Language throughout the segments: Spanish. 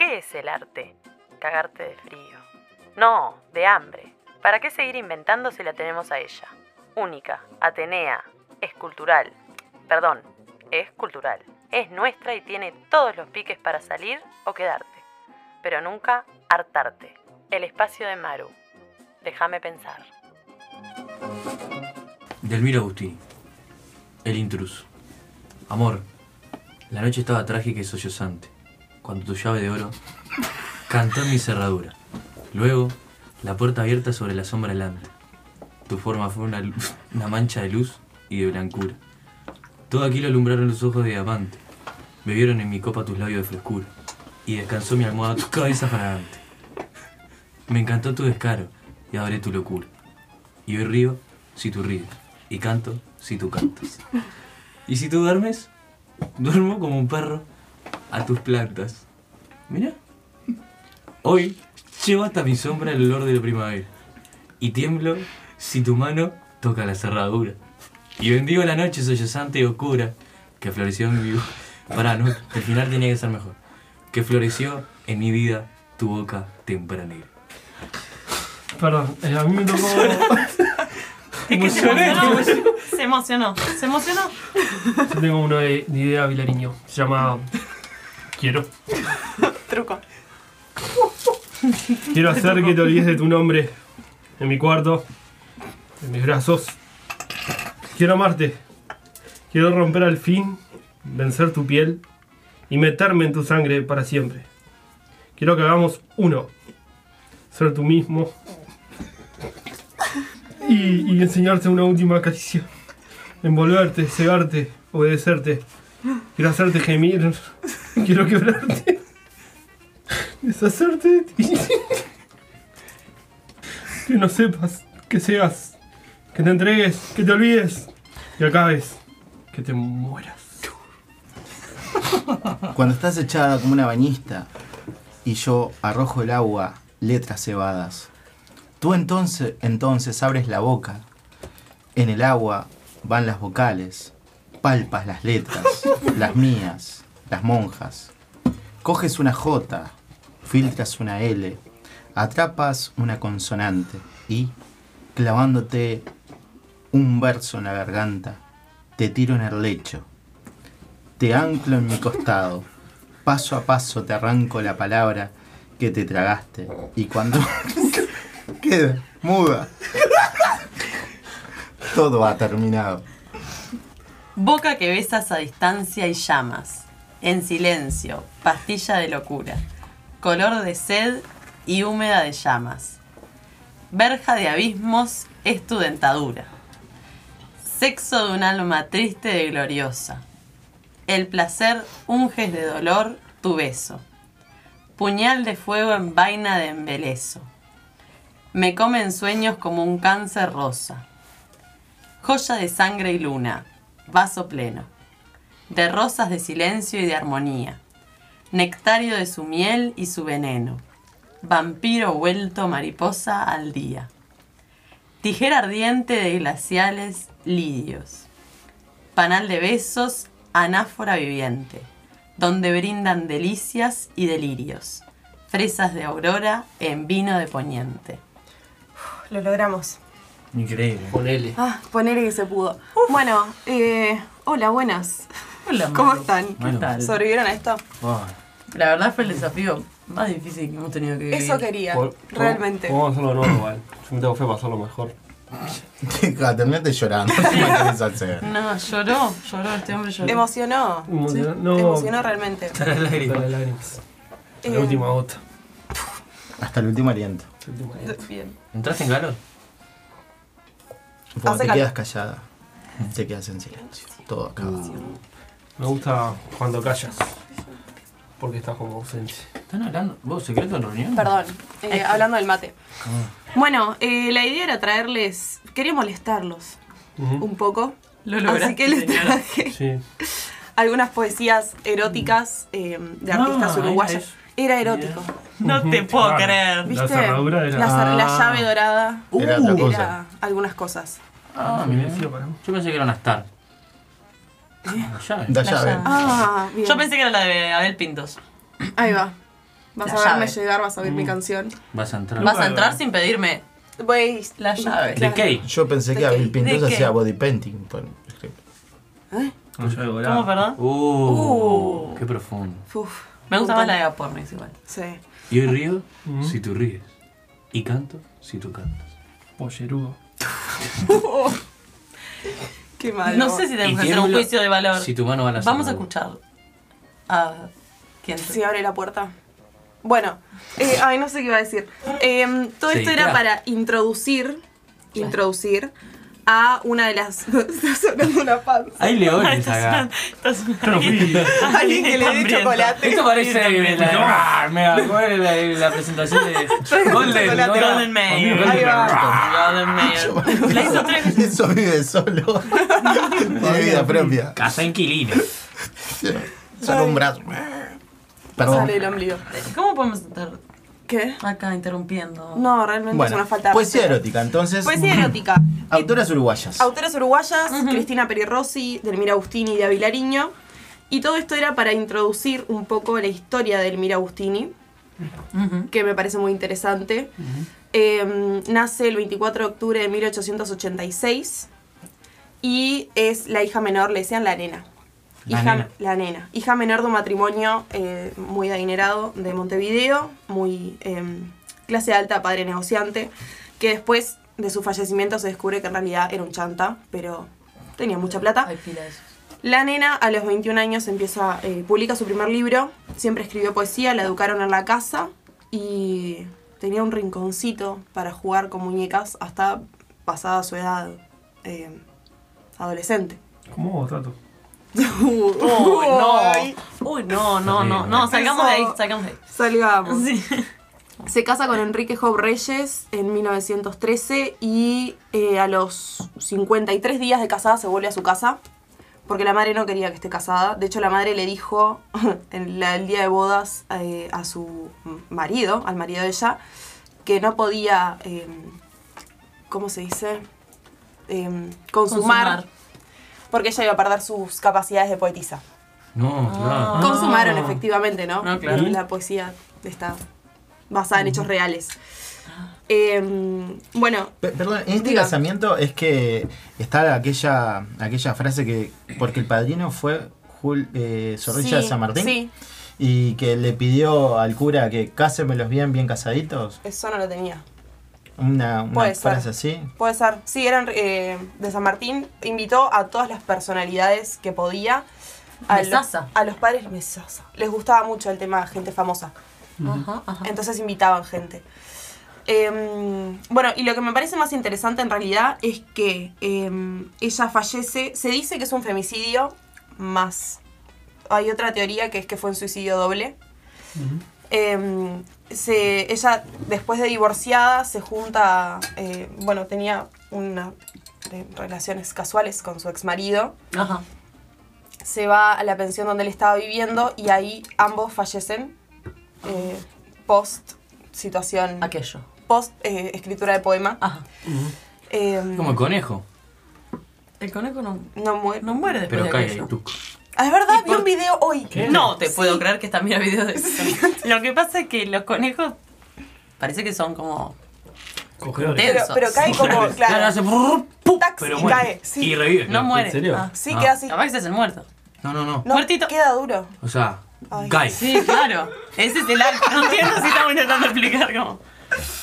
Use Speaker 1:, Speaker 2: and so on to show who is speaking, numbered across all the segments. Speaker 1: es el arte? Cagarte de frío. No, de hambre. ¿Para qué seguir inventando si la tenemos a ella? Única, Atenea, es cultural. Perdón, es cultural. Es nuestra y tiene todos los piques para salir o quedarte. Pero nunca hartarte. El espacio de Maru. Déjame pensar.
Speaker 2: Delmiro Agustini. El intruso. Amor, la noche estaba trágica y sollozante, cuando tu llave de oro cantó en mi cerradura. Luego, la puerta abierta sobre la sombra helante. Tu forma fue una, luz- una mancha de luz y de blancura. Todo aquí lo alumbraron los ojos de diamante. Bebieron en mi copa tus labios de frescura. Y descansó mi almohada tu cabeza fragante. Me encantó tu descaro y adoré tu locura. Y hoy río si tú ríes. Y canto si tú cantas. Y si tú duermes, duermo como un perro a tus plantas. Mira. Hoy llevo hasta mi sombra el olor de la primavera. Y tiemblo si tu mano toca la cerradura. Y bendigo la noche sollozante y oscura que floreció en mi vida. Pará, no, el final tenía que ser mejor. Que floreció en mi vida tu boca tempranera.
Speaker 3: Perdón, eh, a mí me tocó.
Speaker 4: Es que se
Speaker 3: Emocioné,
Speaker 4: emocionó. pues, Se emocionó. Se emocionó.
Speaker 3: Yo tengo una de, de idea Vilariño. Se llama. Quiero.
Speaker 4: Truco.
Speaker 3: Quiero hacer que te olvides de tu nombre. En mi cuarto. En mis brazos. Quiero amarte. Quiero romper al fin. Vencer tu piel. Y meterme en tu sangre para siempre. Quiero que hagamos uno. Ser tú mismo. Y, y enseñarte una última caricia. Envolverte, cegarte, obedecerte. Quiero hacerte gemir. Quiero quebrarte. Deshacerte de ti. Que no sepas, que seas, que te entregues, que te olvides y acabes, que te mueras.
Speaker 5: Cuando estás echada como una bañista y yo arrojo el agua, letras cebadas. Tú entonces, entonces abres la boca. En el agua van las vocales, palpas las letras, las mías, las monjas. Coges una J, filtras una L, atrapas una consonante y, clavándote un verso en la garganta, te tiro en el lecho. Te anclo en mi costado. Paso a paso te arranco la palabra que te tragaste. Y cuando queda muda, todo ha terminado.
Speaker 4: Boca que besas a distancia y llamas. En silencio, pastilla de locura. Color de sed y húmeda de llamas. Verja de abismos es tu dentadura. Sexo de un alma triste de gloriosa. El placer unges de dolor tu beso. Puñal de fuego en vaina de embeleso. Me comen sueños como un cáncer rosa. Joya de sangre y luna, vaso pleno. De rosas de silencio y de armonía. Nectario de su miel y su veneno. Vampiro vuelto mariposa al día. Tijera ardiente de glaciales lirios. Panal de besos, anáfora viviente. Donde brindan delicias y delirios. Fresas de aurora en vino de poniente.
Speaker 6: Lo logramos.
Speaker 2: Increíble.
Speaker 3: Ponele.
Speaker 6: Ah, poner que se pudo. Bueno, eh, hola, buenas.
Speaker 4: Hola,
Speaker 6: ¿Cómo están?
Speaker 2: Bueno.
Speaker 4: tal?
Speaker 6: ¿Sobrevivieron a esto?
Speaker 2: Wow.
Speaker 4: La verdad fue el desafío más difícil que hemos tenido que
Speaker 3: Eh,
Speaker 4: vivir.
Speaker 6: Eso quería,
Speaker 3: Po- po-
Speaker 6: realmente.
Speaker 3: Vamos a hacerlo de nuevo igual. Yo me tengo fe para hacerlo mejor.
Speaker 5: Hija, Terminaste llorando. ¿Qué me querés hacer?
Speaker 4: No, lloró, lloró, este hombre lloró.
Speaker 6: Emocionó.
Speaker 3: Emocionó, no.
Speaker 6: Emocionó realmente.
Speaker 2: Las
Speaker 3: Hasta
Speaker 2: lágrimas.
Speaker 3: las lágrimas. Hasta
Speaker 6: Eh,
Speaker 3: La última gota.
Speaker 5: Hasta el último aliento.
Speaker 3: La última gota.
Speaker 6: Bien.
Speaker 2: ¿Entraste en calor?
Speaker 5: Cuando te
Speaker 6: cal-
Speaker 5: quedas callada, te quedas en silencio. Todo acaba.
Speaker 3: Me gusta cuando callas. Porque estás como ausente.
Speaker 2: ¿Están hablando? ¿Vos, secreto en reunión?
Speaker 6: Perdón, eh, hablando del mate.
Speaker 3: Ah.
Speaker 6: Bueno, eh, la idea era traerles. Quería molestarlos
Speaker 3: Ujú.
Speaker 6: un poco.
Speaker 4: Lo
Speaker 6: Así que les
Speaker 4: señora.
Speaker 6: traje
Speaker 3: Sí.
Speaker 6: algunas poesías eróticas eh, de artistas
Speaker 2: Ah,
Speaker 6: uruguayos. Era erótico.
Speaker 4: No te puedo
Speaker 3: Claro.
Speaker 4: creer.
Speaker 6: ¿Viste?
Speaker 3: La cerradura era.
Speaker 6: La, cer- la
Speaker 5: Ah.
Speaker 6: llave dorada.
Speaker 4: Uh,
Speaker 5: Era otra cosa.
Speaker 6: Era algunas cosas.
Speaker 2: Ah, mira.
Speaker 3: Silencio, pará.
Speaker 2: Yo pensé que era una star. Ya,
Speaker 5: Da
Speaker 4: La
Speaker 5: llave.
Speaker 4: llave.
Speaker 6: Ah, bien.
Speaker 4: Yo pensé que era la de Abel Pintos.
Speaker 6: Ahí va. Vas
Speaker 4: La
Speaker 6: a verme
Speaker 4: llave.
Speaker 6: llegar, vas a oír mi canción.
Speaker 2: Vas a entrar.
Speaker 4: Vas
Speaker 3: Nunca-
Speaker 4: a entrar sin pedirme
Speaker 6: Voy.
Speaker 4: la llave.
Speaker 2: ¿De qué?
Speaker 5: Yo pensé que
Speaker 6: ¿De qué?
Speaker 5: Abel Pintos
Speaker 4: ¿De qué?
Speaker 5: hacía body painting. por ejemplo.
Speaker 4: ¿Cómo, perdón?
Speaker 2: Uh, qué profundo.
Speaker 6: Uf,
Speaker 4: Me gusta
Speaker 6: Un
Speaker 4: más
Speaker 6: montón.
Speaker 4: la de Apornis igual.
Speaker 6: Sí.
Speaker 2: Y hoy río si tú ríes. Y canto si tú cantas.
Speaker 3: Pollerudo.
Speaker 6: Qué malo.
Speaker 4: No sé si tenemos
Speaker 2: Y
Speaker 4: que hacer un
Speaker 2: tiemblo
Speaker 4: juicio de valor.
Speaker 2: Si tu mano va a la
Speaker 4: Vamos a
Speaker 2: salud.
Speaker 4: escuchar. A... ¿Quién?
Speaker 6: Si abre la puerta. Bueno, eh, ay, no sé qué iba a decir. Em, todo
Speaker 2: Sí,
Speaker 6: esto era
Speaker 2: claro.
Speaker 6: para introducir, introducir a una de las... Está sonando una panza.
Speaker 2: Hay leones acá.
Speaker 3: Pero fui.
Speaker 6: Alguien que le dé chocolate.
Speaker 2: Esto parece la,
Speaker 3: No.
Speaker 2: ah, me acuerdo de la, la presentación de Golden, ¿no era?
Speaker 4: Golden Mayer.
Speaker 2: Golden
Speaker 6: Ahí va.
Speaker 4: Golden Mayer. La hizo tres veces.
Speaker 5: Eso vive solo. Tiene vida propia.
Speaker 2: Casa inquilina.
Speaker 5: Sacó un brazo. Perdón.
Speaker 6: Sale el ombligo.
Speaker 4: ¿Cómo podemos estar
Speaker 6: ¿Qué?
Speaker 4: acá interrumpiendo?
Speaker 6: No, realmente es una
Speaker 5: Bueno,
Speaker 6: falta de
Speaker 5: poesía
Speaker 6: respeto.
Speaker 5: erótica, entonces.
Speaker 6: Poesía erótica.
Speaker 5: Autoras uruguayas.
Speaker 6: Autoras uruguayas, Cristina Peri Rossi, Delmira Agustini y David Lariño. Y todo esto era para introducir un poco la historia de Delmira Agustini,
Speaker 4: Ujú.
Speaker 6: que me parece muy interesante. Eh, nace el 24 de octubre de 1886 y es la hija menor, le decían la nena.
Speaker 5: La
Speaker 6: hija,
Speaker 5: nena.
Speaker 6: la nena. Hija menor de un matrimonio eh, muy adinerado de Montevideo, muy em, clase alta, padre negociante, que después de su fallecimiento se descubre que en realidad era un chanta, pero tenía mucha plata.
Speaker 4: Hay pila de esos.
Speaker 6: La nena a los 21 años empieza, eh, publica su primer libro, siempre escribió poesía, la educaron en la casa y tenía un rinconcito para jugar con muñecas hasta pasada su edad eh, adolescente.
Speaker 3: ¿Cómo vos, Tato?
Speaker 4: Uy,
Speaker 6: Ay,
Speaker 4: no. Uy, no, no, no. No, salgamos de ahí, salgamos de ahí.
Speaker 6: Salgamos.
Speaker 4: Sí.
Speaker 6: Se casa con Enrique Job Reyes en 1913 y eh, a los 53 días de casada se vuelve a su casa porque la madre no quería que esté casada. De hecho, la madre le dijo en la- el día de bodas eh, a su marido, al marido de ella, que no podía, eh, ¿cómo se dice? Eh, consumar,
Speaker 4: Consumar.
Speaker 6: porque ella iba a perder sus capacidades de poetisa.
Speaker 2: No, claro.
Speaker 6: Consumaron, efectivamente, ¿no?
Speaker 4: No, claro.
Speaker 6: La poesía está basada en hechos reales. Em, bueno,
Speaker 5: Pe- Perdón, en este
Speaker 6: Diga.
Speaker 5: casamiento es que está aquella, aquella frase que. Porque el padrino fue Jul, eh, Zorrilla de
Speaker 6: sí,
Speaker 5: San Martín.
Speaker 6: Sí,
Speaker 5: Y que le pidió al cura que cásemelos bien, bien casaditos.
Speaker 6: eso no lo tenía.
Speaker 5: Una, una
Speaker 6: Puede ser.
Speaker 5: frase así.
Speaker 6: Puede ser. Sí, eran eh, de San Martín. Invitó a todas las personalidades que podía. A, los-
Speaker 4: Mesaza.
Speaker 6: a los padres Mesaza. Les gustaba mucho el tema gente famosa.
Speaker 4: Ajá, ajá.
Speaker 6: Entonces invitaban gente. Em, bueno, y lo que me parece más interesante en realidad es que em, ella fallece. Se dice que es un femicidio, más. Hay otra teoría que es que fue un suicidio doble. Em, se- ella, después de divorciada, se junta. eh, bueno, tenía una, eh, relaciones casuales con su ex marido
Speaker 4: Ajá.
Speaker 6: se va a la pensión donde él estaba viviendo y ahí ambos fallecen eh, post situación,
Speaker 4: Aquello.
Speaker 6: post eh, escritura de poema.
Speaker 4: Ajá.
Speaker 6: Eh,
Speaker 2: Como el conejo.
Speaker 4: El conejo no,
Speaker 6: no muere.
Speaker 4: no muere después
Speaker 2: Pero
Speaker 4: de
Speaker 2: cae
Speaker 4: aquello.
Speaker 2: tú.
Speaker 6: Ah, es verdad, vi un video hoy.
Speaker 4: No te puedo creer que está mira videos de Lo que pasa es que los conejos parece que son como.
Speaker 3: Cogedores.
Speaker 6: Pero,
Speaker 4: Tensos.
Speaker 6: pero cae como,
Speaker 2: Ahora
Speaker 6: claro.
Speaker 2: hace brrr, pum,
Speaker 6: Taxi,
Speaker 2: pero muere.
Speaker 6: cae, sí.
Speaker 2: Y revive.
Speaker 4: No muere.
Speaker 2: ¿En serio?
Speaker 4: Ah.
Speaker 6: Sí,
Speaker 2: Ah.
Speaker 6: queda así.
Speaker 4: Capaz que se el muerto.
Speaker 2: No, no, no.
Speaker 6: No,
Speaker 4: Muertito.
Speaker 6: Queda duro.
Speaker 2: O sea,
Speaker 6: Ay.
Speaker 2: cae.
Speaker 4: Sí, claro. Ese es el acto. No entiendo si estamos intentando explicar cómo.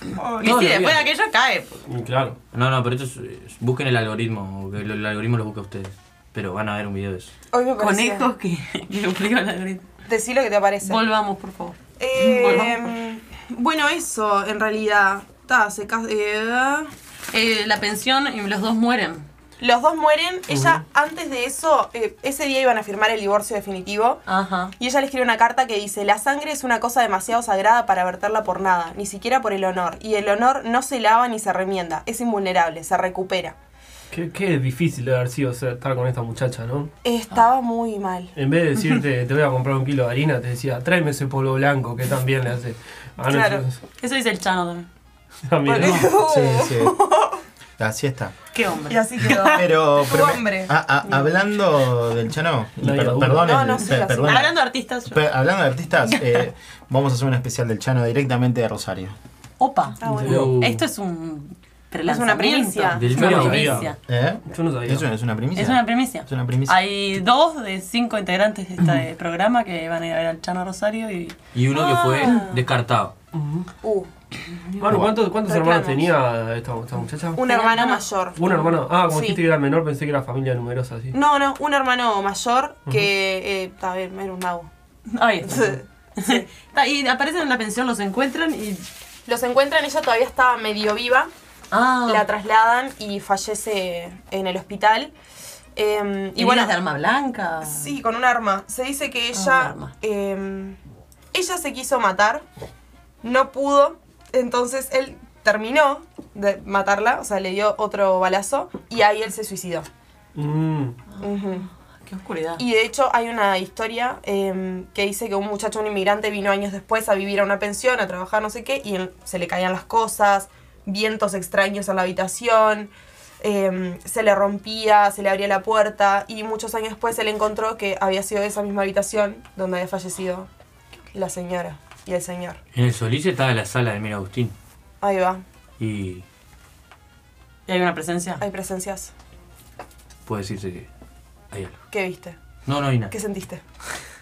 Speaker 4: Y
Speaker 2: No,
Speaker 4: sí,
Speaker 2: lo
Speaker 4: después de
Speaker 2: vi.
Speaker 4: aquello cae.
Speaker 3: Mm, Claro.
Speaker 2: No, no, pero esto es, es- busquen el algoritmo, o que el, el algoritmo lo busca ustedes. Pero van a ver un video de eso.
Speaker 6: Hoy me pareció.
Speaker 4: Conejos que, que duplican la grid.
Speaker 6: Decí lo que te aparece.
Speaker 4: Volvamos, por favor.
Speaker 6: Eh,
Speaker 4: Volvamos.
Speaker 6: bueno, eso, en realidad. Ta, se cas- eh,
Speaker 4: Eh, la pensión y los dos mueren.
Speaker 6: los dos mueren. Ella, antes de eso, eh, ese día iban a firmar el divorcio definitivo.
Speaker 4: Ajá.
Speaker 6: Y ella le escribe una carta que dice, la sangre es una cosa demasiado sagrada para verterla por nada, ni siquiera por el honor, y el honor no se lava ni se remienda, es invulnerable, se recupera.
Speaker 3: Qué, qué difícil de haber sido ser- estar con esta muchacha, ¿no? Ah.
Speaker 6: Estaba muy mal.
Speaker 3: En vez de decirte, te voy a comprar un kilo de harina, te decía, tráeme ese polvo blanco que también le hace. Ah, no,
Speaker 6: Claro.
Speaker 3: eso-
Speaker 4: Eso dice el Chano también.
Speaker 3: también.
Speaker 6: Porque-
Speaker 5: Sí, sí. Así está.
Speaker 4: Qué hombre.
Speaker 6: Y así quedó.
Speaker 5: Pero,
Speaker 6: Tu
Speaker 5: pero me-
Speaker 6: hombre.
Speaker 5: a- a- hablando del Chano, y
Speaker 2: No,
Speaker 5: per-
Speaker 2: yo-
Speaker 5: perdón,
Speaker 6: No,
Speaker 5: el-
Speaker 6: no, sí,
Speaker 5: per-
Speaker 6: así.
Speaker 5: perdón.
Speaker 4: Hablando de artistas, yo-
Speaker 5: Pe- hablando de artistas, eh, vamos a hacer un especial del Chano directamente de Rosario.
Speaker 4: Opa.
Speaker 6: Ah, bueno.
Speaker 2: Uh,
Speaker 4: Esto es un
Speaker 6: Es una primicia.
Speaker 4: prelanzamiento.
Speaker 2: Del
Speaker 4: Es una
Speaker 2: Chano.
Speaker 4: primicia.
Speaker 5: ¿Eh?
Speaker 2: Yo no sabía.
Speaker 5: ¿Eso es una primicia?
Speaker 4: Es una primicia.
Speaker 5: Es una primicia.
Speaker 4: Hay dos de cinco integrantes de este programa que van a ir a ver al Chano Rosario y
Speaker 2: Y uno que fue
Speaker 6: Ah.
Speaker 2: descartado.
Speaker 6: Uh,
Speaker 3: Manu, ¿cuántos, cuántos hermanos
Speaker 6: Reclamos.
Speaker 3: tenía esta, esta muchacha?
Speaker 6: una hermana mayor.
Speaker 3: Un hermano. Ah, como
Speaker 6: Sí.
Speaker 3: dijiste que era menor, pensé que era familia numerosa, así.
Speaker 6: No, no, un hermano mayor que. Eh, a ver, era un mago.
Speaker 4: Ahí está. y aparecen en la pensión, los encuentran y.
Speaker 6: Los encuentran, ella todavía estaba medio viva.
Speaker 4: Ah,
Speaker 6: La trasladan y fallece en el hospital. Eh,
Speaker 4: y
Speaker 6: y bueno,
Speaker 4: de arma blanca.
Speaker 6: Sí, con un arma. Se dice que
Speaker 4: un
Speaker 6: ella.
Speaker 4: arma.
Speaker 6: eh, ella se quiso matar, no pudo, entonces él terminó de matarla, o sea, le dio otro balazo y ahí él se suicidó.
Speaker 3: Mm.
Speaker 4: Ah.
Speaker 6: Ujú.
Speaker 4: Qué oscuridad.
Speaker 6: Y de hecho hay una historia eh, que dice que un muchacho, un inmigrante, vino años después a vivir a una pensión, a trabajar, no sé qué, y él- se le caían las cosas, vientos extraños en la habitación, eh, se le rompía, se le abría la puerta, y muchos años después él encontró que había sido esa misma habitación donde había fallecido la señora y el señor.
Speaker 2: En el Solís estaba la sala de Mira Agustín.
Speaker 6: Ahí va,
Speaker 2: Y
Speaker 4: ¿Y hay una presencia?
Speaker 6: hay presencias.
Speaker 2: puede decirse que hay algo.
Speaker 6: ¿Qué viste?
Speaker 2: No, no hay nada.
Speaker 6: ¿Qué sentiste?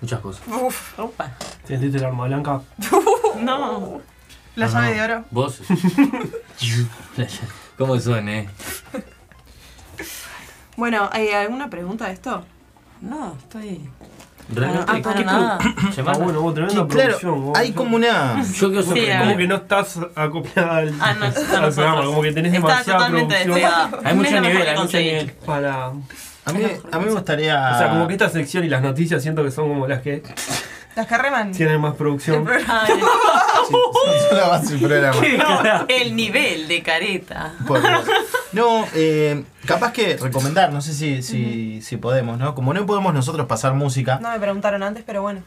Speaker 2: Muchas cosas.
Speaker 6: Uf,
Speaker 4: Opa.
Speaker 3: ¿Sentiste el arma blanca?
Speaker 4: No.
Speaker 6: la
Speaker 2: No,
Speaker 6: llave
Speaker 2: no.
Speaker 6: de oro.
Speaker 2: Vos. La llave- ¿Cómo son, eh?
Speaker 6: Bueno, ¿hay alguna pregunta de esto?
Speaker 4: No, estoy.
Speaker 2: Realmente.
Speaker 4: Ah, para nada.
Speaker 3: Ah,
Speaker 2: llamar-
Speaker 3: bueno, vos, tremenda
Speaker 5: Que, claro,
Speaker 3: producción. vos.
Speaker 5: hay como una...
Speaker 2: Yo quiero
Speaker 4: Sí,
Speaker 2: sorprender.
Speaker 3: Como que no estás acoplada al,
Speaker 4: Ah, no,
Speaker 3: al
Speaker 4: está nosotros.
Speaker 3: programa, como que tenés
Speaker 4: Está
Speaker 3: demasiada
Speaker 4: totalmente
Speaker 3: producción
Speaker 4: despegada.
Speaker 2: Hay
Speaker 4: Es
Speaker 2: mucho
Speaker 4: lo mejor
Speaker 2: nivel,
Speaker 4: que
Speaker 2: hay mucho
Speaker 4: conseguí.
Speaker 2: nivel.
Speaker 3: para...
Speaker 5: A mí, a mí me gustaría...
Speaker 3: O sea, como que esta sección y las noticias siento que son como las que
Speaker 6: Las que reman.
Speaker 3: tienen más producción.
Speaker 4: Ay,
Speaker 5: Es la base del programa.
Speaker 4: no, el nivel de careta.
Speaker 5: Por Dios. No, eh, capaz que recomendar, no sé si, si, si podemos, ¿no? Como no podemos nosotros pasar música,
Speaker 6: No me preguntaron antes, pero bueno.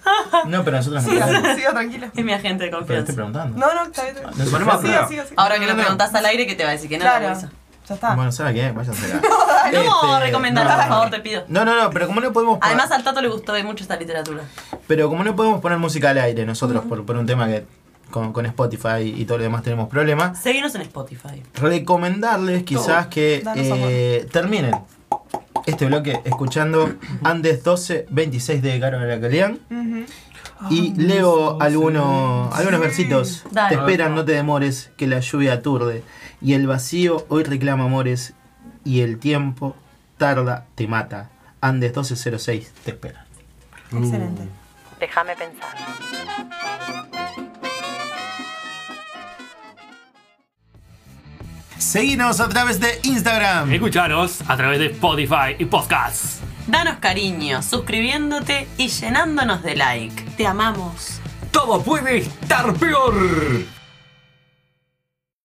Speaker 5: no, pero nosotros no podemos.
Speaker 6: Siga tranquilo.
Speaker 4: Es mi agente de
Speaker 5: Pero este estoy
Speaker 4: confianza.
Speaker 5: preguntando.
Speaker 6: No, no, está bien. está bien.
Speaker 5: No se
Speaker 3: Ponemos a
Speaker 5: ofenda.
Speaker 3: prueba.
Speaker 6: Siga, siga, siga.
Speaker 4: Ahora que
Speaker 5: No,
Speaker 4: lo
Speaker 5: no, no.
Speaker 4: preguntás al aire, que te va a decir que no,
Speaker 6: Claro,
Speaker 4: Luisa?
Speaker 6: ya está.
Speaker 5: Bueno, ¿sabes qué? Váyanse acá.
Speaker 4: No,
Speaker 5: Este,
Speaker 4: recomendar,
Speaker 5: no,
Speaker 4: por
Speaker 5: no.
Speaker 4: favor, te pido.
Speaker 5: No, no, no, pero como no podemos poner,
Speaker 4: Además, al Tato le gustó mucho esta literatura.
Speaker 5: pero como no podemos poner música al aire nosotros por, por un tema que con, con Spotify y todo lo demás tenemos problemas,
Speaker 4: Seguinos en Spotify.
Speaker 5: recomendarles quizás que
Speaker 6: Danos amor.
Speaker 5: eh, terminen este bloque escuchando Andes 1226 de Caro Aracalian y leo algunos algunos versitos.
Speaker 4: Dale.
Speaker 5: Te esperan, no te demores, que la lluvia aturde y el vacío hoy reclama amores y el tiempo tarda, te mata. Andes 1206 te espera.
Speaker 6: Excelente.
Speaker 1: Déjame pensar.
Speaker 5: Seguinos a través de Instagram.
Speaker 7: Escucharos a través de Spotify y podcast.
Speaker 4: Danos cariño, suscribiéndote y llenándonos de like.
Speaker 6: Te amamos.
Speaker 7: Todo puede estar peor.